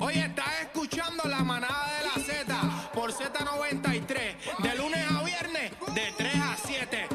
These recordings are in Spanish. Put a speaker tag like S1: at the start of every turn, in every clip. S1: Hoy estás escuchando la manada de la Z por Z93, de lunes a viernes, de 3 a 7.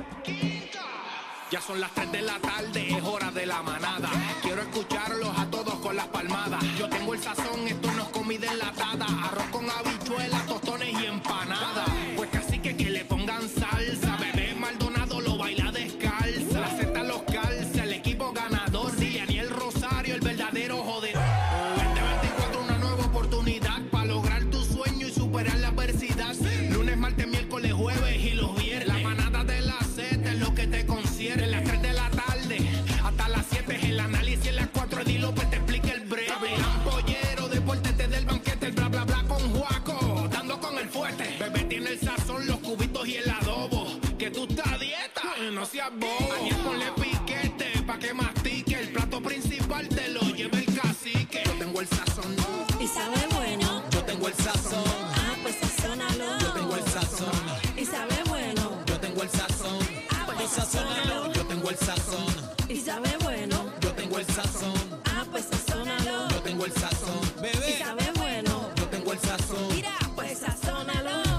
S1: Ya son las 3 de la tarde, es hora de la manada. Quiero escucharlos a todos con las palmadas. Yo tengo el sazón, esto no es comida enlatada. Arroz con habichuelas, tostones y empanada. Pues casi que que le pongan salsa. Bebé Maldonado lo baila descalza. La Z los calza, el equipo ganador. Sí, Daniel Rosario, el verdadero jodedor. 2024, una nueva oportunidad para lograr tu sueño y superar la adversidad. Lunes, martes, miércoles, jueves y los viernes. La manada de la Z es lo que te concierne. Las 3 de la tarde hasta las 7 es el análisis. En las 4 Di López pues te explica el breve. Gran pollero, deportete del banquete, el bla bla bla con Juaco. Dando con el fuerte. Bebé tiene el sazón, los cubitos y el adobo. Que tú estás a dieta, no seas bobo. Daniel, ponle piquete pa' que mastique. El plato principal te lo lleva el cacique. Yo tengo el sazón.
S2: Y sabe bueno,
S1: Yo tengo el sazón,
S2: ah, pues sazónalo.
S1: yo tengo el sazón,
S2: Y sabe bueno,
S1: yo tengo el sazón,
S2: ah, pues sazónalo.
S1: yo tengo el sazón,
S2: Y sabe bueno,
S1: yo tengo el sazón,
S2: ah, pues sazónalo.
S1: yo tengo el sazón,
S2: Y
S1: bebé,
S2: sabe bueno,
S1: yo tengo el sazón.
S2: mira, pues sazónalo.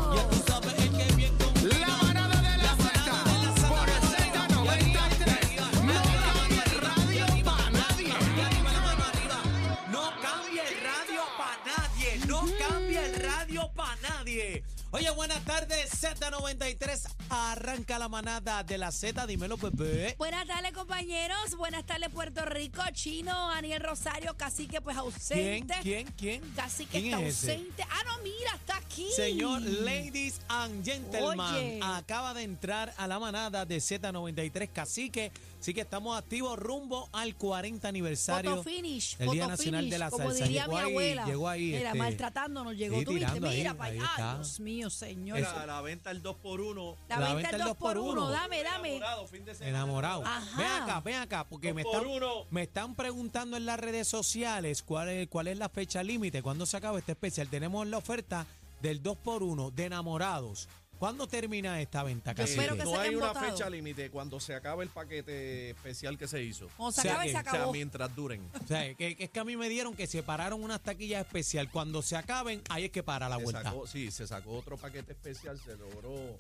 S1: La manada de la Z por el Z93. No cambie el radio para nadie.
S3: No cambia el radio para nadie. No cambia el radio para nadie. Oye, buenas tardes, Z93. Arranca la manada de la Z. Dímelo, bebé.
S4: Buenas tardes, compañeros. Buenas tardes, Puerto Rico. Chino, Aniel Rosario, cacique, pues
S3: ¿Quién?
S4: ausente.
S3: ¿Quién? ¿Quién?
S4: Cacique
S3: ¿Quién
S4: está
S3: es ese?
S4: ausente. Ah, no, mira, está aquí.
S3: Señor, ladies and gentlemen,
S4: Oye.
S3: acaba de entrar a la manada de Z93 Cacique. Así que estamos activos rumbo al 40 aniversario.
S4: Foto finish,
S3: el Día
S4: foto
S3: Nacional
S4: finish,
S3: de la
S4: como
S3: Salsa.
S4: diría
S3: Llegó
S4: mi
S3: ahí,
S4: abuela.
S3: llegó ahí,
S4: Mira,
S3: este,
S4: maltratándonos llegó.
S3: sí,
S4: tuviste,
S3: tirando ahí,
S4: mira, para
S3: ahí
S4: allá. Ay,
S3: está.
S4: Dios mío, señor.
S3: Eso.
S5: La, la venta el 2x1.
S4: La, venta es 2 por 1 Dame, dame.
S5: Fin de semana.
S3: Enamorado.
S4: Ajá.
S3: Ven acá, ven acá, porque
S5: Dos
S3: me
S5: por
S3: están,
S5: uno.
S3: me están preguntando en las redes sociales cuál es, cuál es la fecha límite, cuándo se acaba este especial. Tenemos la oferta del 2x1 de enamorados. ¿Cuándo termina esta venta,
S4: Yo
S3: Cacique?
S4: espero que
S5: Eh, no
S4: se
S5: hay
S4: hayan
S5: una
S4: votado.
S5: fecha límite cuando se acabe el paquete especial que se hizo.
S4: Cuando se
S3: O sea
S4: acabe,
S3: que-
S4: se
S5: O sea,
S4: acabó.
S5: mientras duren.
S3: O sea, que, que es que a mí me dieron que separaron unas taquillas especial. Cuando se acaben, ahí es que para la
S5: Se
S3: vuelta.
S5: sacó, sí, se sacó otro paquete especial, se logró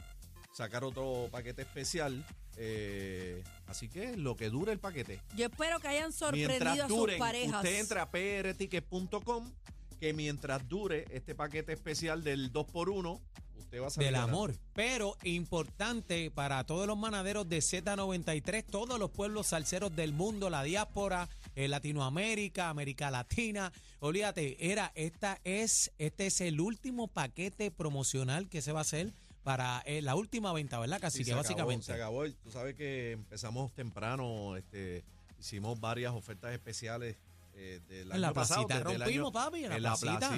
S5: sacar otro paquete especial. eh, así que lo que dure el paquete.
S4: Yo espero que hayan sorprendido
S5: Mientras
S4: a sus
S5: duren,
S4: parejas.
S5: usted entra a prticket.com que mientras dure este paquete especial del 2x1, usted va a salir
S3: Del
S5: ganando.
S3: amor. Pero importante para todos los manaderos de Z93, todos los pueblos salseros del mundo, la diáspora, eh, Latinoamérica, América Latina. Olvídate, era, esta es, este es el último paquete promocional que se va a hacer para eh, la última venta, ¿verdad? Casi que
S5: Sí, se acabó,
S3: básicamente.
S5: se acabó. Tú sabes que empezamos temprano, este, hicimos varias ofertas especiales eh, del
S3: En la
S5: año pasado,
S3: placita
S5: desde el
S3: rompimos,
S5: año-
S3: papi, en la placita.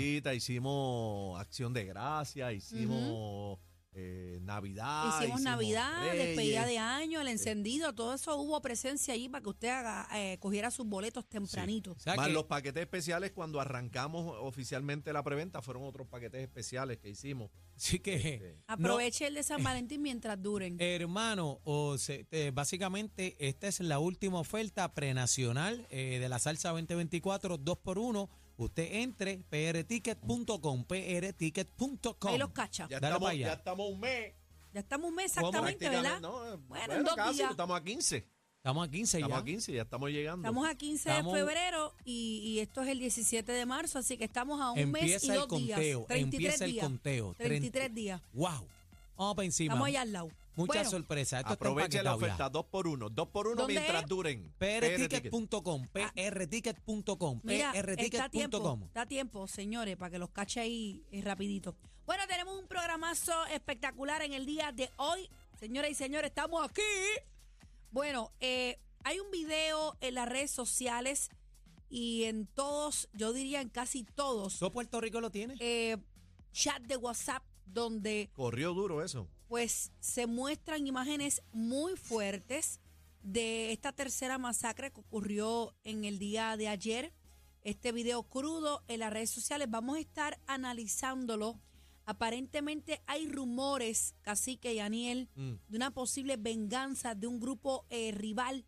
S5: hicimos acción de gracia, hicimos eh, Navidad.
S4: Hicimos, Navidad,
S5: Reyes.
S4: despedida de año, el encendido, todo eso hubo presencia allí para que usted haga, eh, cogiera sus boletos tempranito.
S3: O sea
S5: Más
S3: que-
S5: los paquetes especiales cuando arrancamos oficialmente la preventa fueron otros paquetes especiales que hicimos.
S3: Así que...
S5: Este,
S3: no- Eh,
S4: Aproveche el de San Valentín mientras duren.
S3: Hermano, o se- eh, básicamente esta es la última oferta prenacional eh, de la salsa 2024, 2x1. Usted entre prticket.com, prticket.com.
S4: Ahí los cacha.
S5: ya,
S3: Dale pa'
S5: estamos,
S3: allá.
S5: ya estamos un mes.
S4: Ya estamos un mes
S3: ¿Cómo?
S4: exactamente, ¿verdad?
S5: prácticamente, no,
S4: Bueno, en dos
S5: casi,
S4: días.
S5: estamos a 15.
S3: Estamos a 15
S5: Estamos
S3: ya.
S5: a 15, ya estamos llegando.
S4: Estamos a 15
S3: Estamos-
S4: de febrero y, y esto es el 17 de marzo, así que estamos a un mes y
S3: Empieza
S4: dos
S3: el conteo,
S4: días. 33
S3: empieza el
S4: días.
S3: conteo.
S4: 33 días.
S3: Wow. Vamos para encima.
S4: Estamos allá al lado.
S3: Mucha
S4: Bueno,
S3: sorpresa. Esto
S5: Aprovechen
S3: está
S5: la
S3: empaquetado ya.
S5: oferta 2x1. 2x1
S4: ¿Dónde
S5: mientras
S4: es?
S5: duren.
S3: prticket.com, prticket.com,
S4: Mira, está a tiempo,
S3: prticket.com.
S4: está a tiempo, señores, para que los cache ahí eh, rapidito. Bueno, tenemos un programazo espectacular en el día de hoy. Señoras y señores, estamos aquí. Bueno, eh, hay un video en las redes sociales y en todos, yo diría en casi todos,
S3: ¿So Puerto Rico lo tiene?
S4: eh, chat de WhatsApp donde
S5: Corrió duro eso.
S4: pues se muestran imágenes muy fuertes de esta tercera masacre que ocurrió en el día de ayer. Este video crudo en las redes sociales, vamos a estar analizándolo. Aparentemente hay rumores, Cacique y Aniel,
S5: Mm.
S4: de una posible venganza de un grupo eh, rival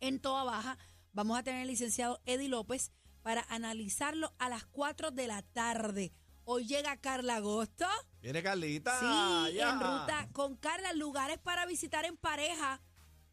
S4: en Toa Baja. Vamos a tener al licenciado Eddie López para analizarlo a las 4 de la tarde. Hoy llega Carla Agosto.
S5: Viene Carlita.
S4: Sí,
S5: ya.
S4: en ruta con Carla, lugares para visitar en pareja.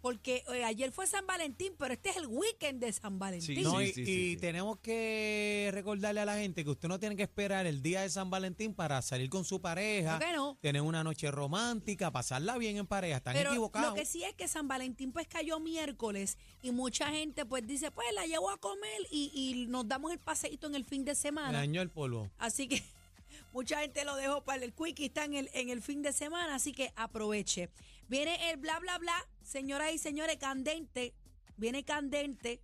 S4: Porque eh, ayer fue San Valentín, pero este es el weekend de San Valentín.
S5: Sí,
S3: No,
S5: sí,
S3: y,
S5: sí, sí,
S3: y
S5: sí.
S3: tenemos que recordarle a la gente que usted no tiene que esperar el día de San Valentín para salir con su pareja,
S4: ¿Por qué no?
S3: tener una noche romántica, pasarla bien en pareja. Están
S4: Pero
S3: equivocados.
S4: lo que sí es que San Valentín pues cayó miércoles y mucha gente pues dice, pues la llevo a comer y, y nos damos el paseíto en el fin de
S3: Me
S4: semana.
S3: dañó el polvo.
S4: Así que mucha gente lo dejó para el quickie, está en el, en el fin de semana, así que aproveche. Viene el bla, bla, bla, señoras y señores, candente, viene candente.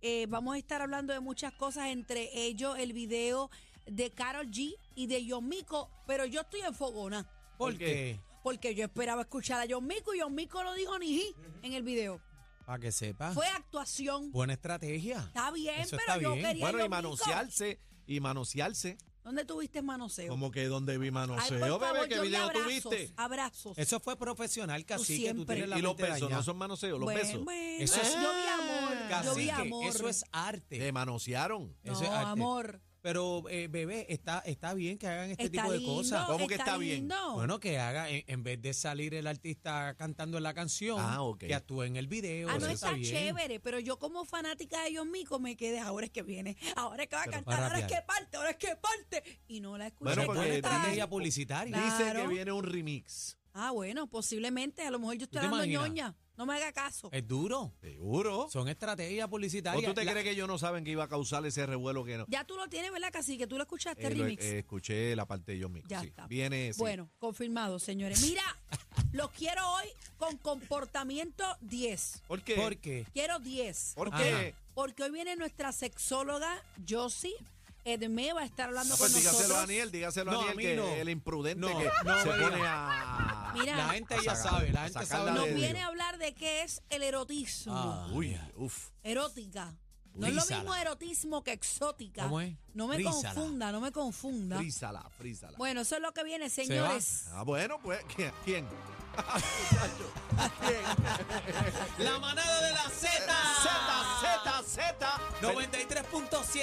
S4: Eh, vamos a estar hablando de muchas cosas, entre ellos el video de Carol G y de Yomiko, pero yo estoy en fogona,
S3: ¿Por
S5: ¿Por
S3: qué?
S5: qué?
S4: porque yo esperaba escuchar a Yomiko y Yomiko no dijo ni ji en el video.
S3: Para que sepa.
S4: Fue actuación.
S3: Buena estrategia.
S4: Está bien,
S3: Ah. Eso
S4: pero
S3: está
S4: yo
S3: bien.
S4: quería
S5: Bueno, y
S4: Yomiko.
S5: manosearse. Y manosearse.
S4: ¿Dónde tuviste manoseo?
S5: Como que donde vi
S4: Ay,
S5: manoseo,
S4: por favor,
S5: bebé, ¿qué
S4: yo Ah, vi
S5: video
S4: abrazos,
S5: tuviste?
S4: Abrazos.
S3: Eso fue profesional, casi que tú
S4: siempre.
S3: tienes la
S5: Y los
S3: mente
S5: besos,
S3: dañada.
S5: no son manoseos, los
S4: Bueno,
S5: besos.
S4: bueno,
S3: Eso es-
S4: yo vi amor, yo vi
S3: Cacique,
S4: amor.
S3: Eso es ah, eh, arte.
S5: Te manosearon.
S4: No,
S3: eso es arte.
S4: amor.
S3: Pero, eh, bebé, está, está bien que hagan este
S4: está
S3: tipo de
S4: lindo,
S3: cosas.
S5: ¿Cómo que está bien?
S4: lindo. Ah,
S3: Bueno, que haga, en, en vez de salir el artista cantando en la canción,
S5: Ah, ok.
S3: que actúe en el video.
S4: ah,
S3: eso
S4: no,
S3: está,
S4: está
S3: bien.
S4: chéviere, pero yo como fanática de ellos Mico me quedé, ahora es que viene, ahora es que va a
S3: Pero
S4: cantar,
S3: para
S4: ahora es que
S3: rapear.
S4: parte, ahora es que parte. Y no la escuché
S5: Bueno,
S3: Bueno,
S5: porque
S3: porque
S4: cantar.
S5: tiene
S3: estrategia publicitaria.
S4: Claro.
S5: Dice que viene un remix.
S4: Ah, bueno, posiblemente, a lo mejor yo estoy
S3: ¿Tú te
S4: hablando
S3: imaginas? Eh,
S4: ñoña, no me haga caso.
S3: Es duro.
S5: Seguro.
S3: Son estrategias
S5: ¿O
S3: publicitarias.
S5: tú te
S3: La-
S5: crees que ellos no saben que iba a causar ese revuelo que no?
S4: Ya tú lo tienes, ¿verdad, Casi? Que tú lo escuchaste,
S5: Eh, lo-
S4: remix.
S5: eh, escuché la parte de yo mismo.
S4: Ya
S5: sí.
S4: está.
S5: Viene. sí.
S4: Bueno, confirmado, señores. Mira, los quiero hoy con comportamiento 10.
S5: ¿Por qué?
S3: ¿Por qué?
S4: Quiero 10.
S5: ¿Por
S3: Ah.
S5: qué?
S4: Porque hoy viene nuestra sexóloga, Josie. Edme va a estar hablando
S5: Ah,
S4: con
S5: pues dígaselo a
S4: nosotros.
S5: Aniel, dígaselo
S3: No,
S5: a
S3: a
S5: Aniel
S3: mí
S5: que
S3: no.
S5: el imprudente
S3: No,
S5: que
S3: no
S5: se
S3: me digas.
S5: pone a.
S4: Mira,
S3: La gente ya
S5: A sacar-
S3: sabe,
S5: a
S3: la gente
S5: sacarla
S3: sabe.
S4: Nos
S5: de-
S4: viene a hablar de qué es el erotismo.
S3: Ah,
S5: Uy, uff.
S4: Erótica. No es lo
S3: Rízala.
S4: mismo erotismo que exótica.
S3: ¿Cómo es?
S4: No me
S3: Rízala.
S4: confunda, no me confunda.
S5: Frízala, frízala.
S4: Bueno, eso es lo que viene,
S3: va.
S4: señores.
S5: Ah, bueno, pues, ¿quién? ¿Quién?
S3: La manada de la Z.
S5: Z, Z, Z.
S3: Z. 93.7.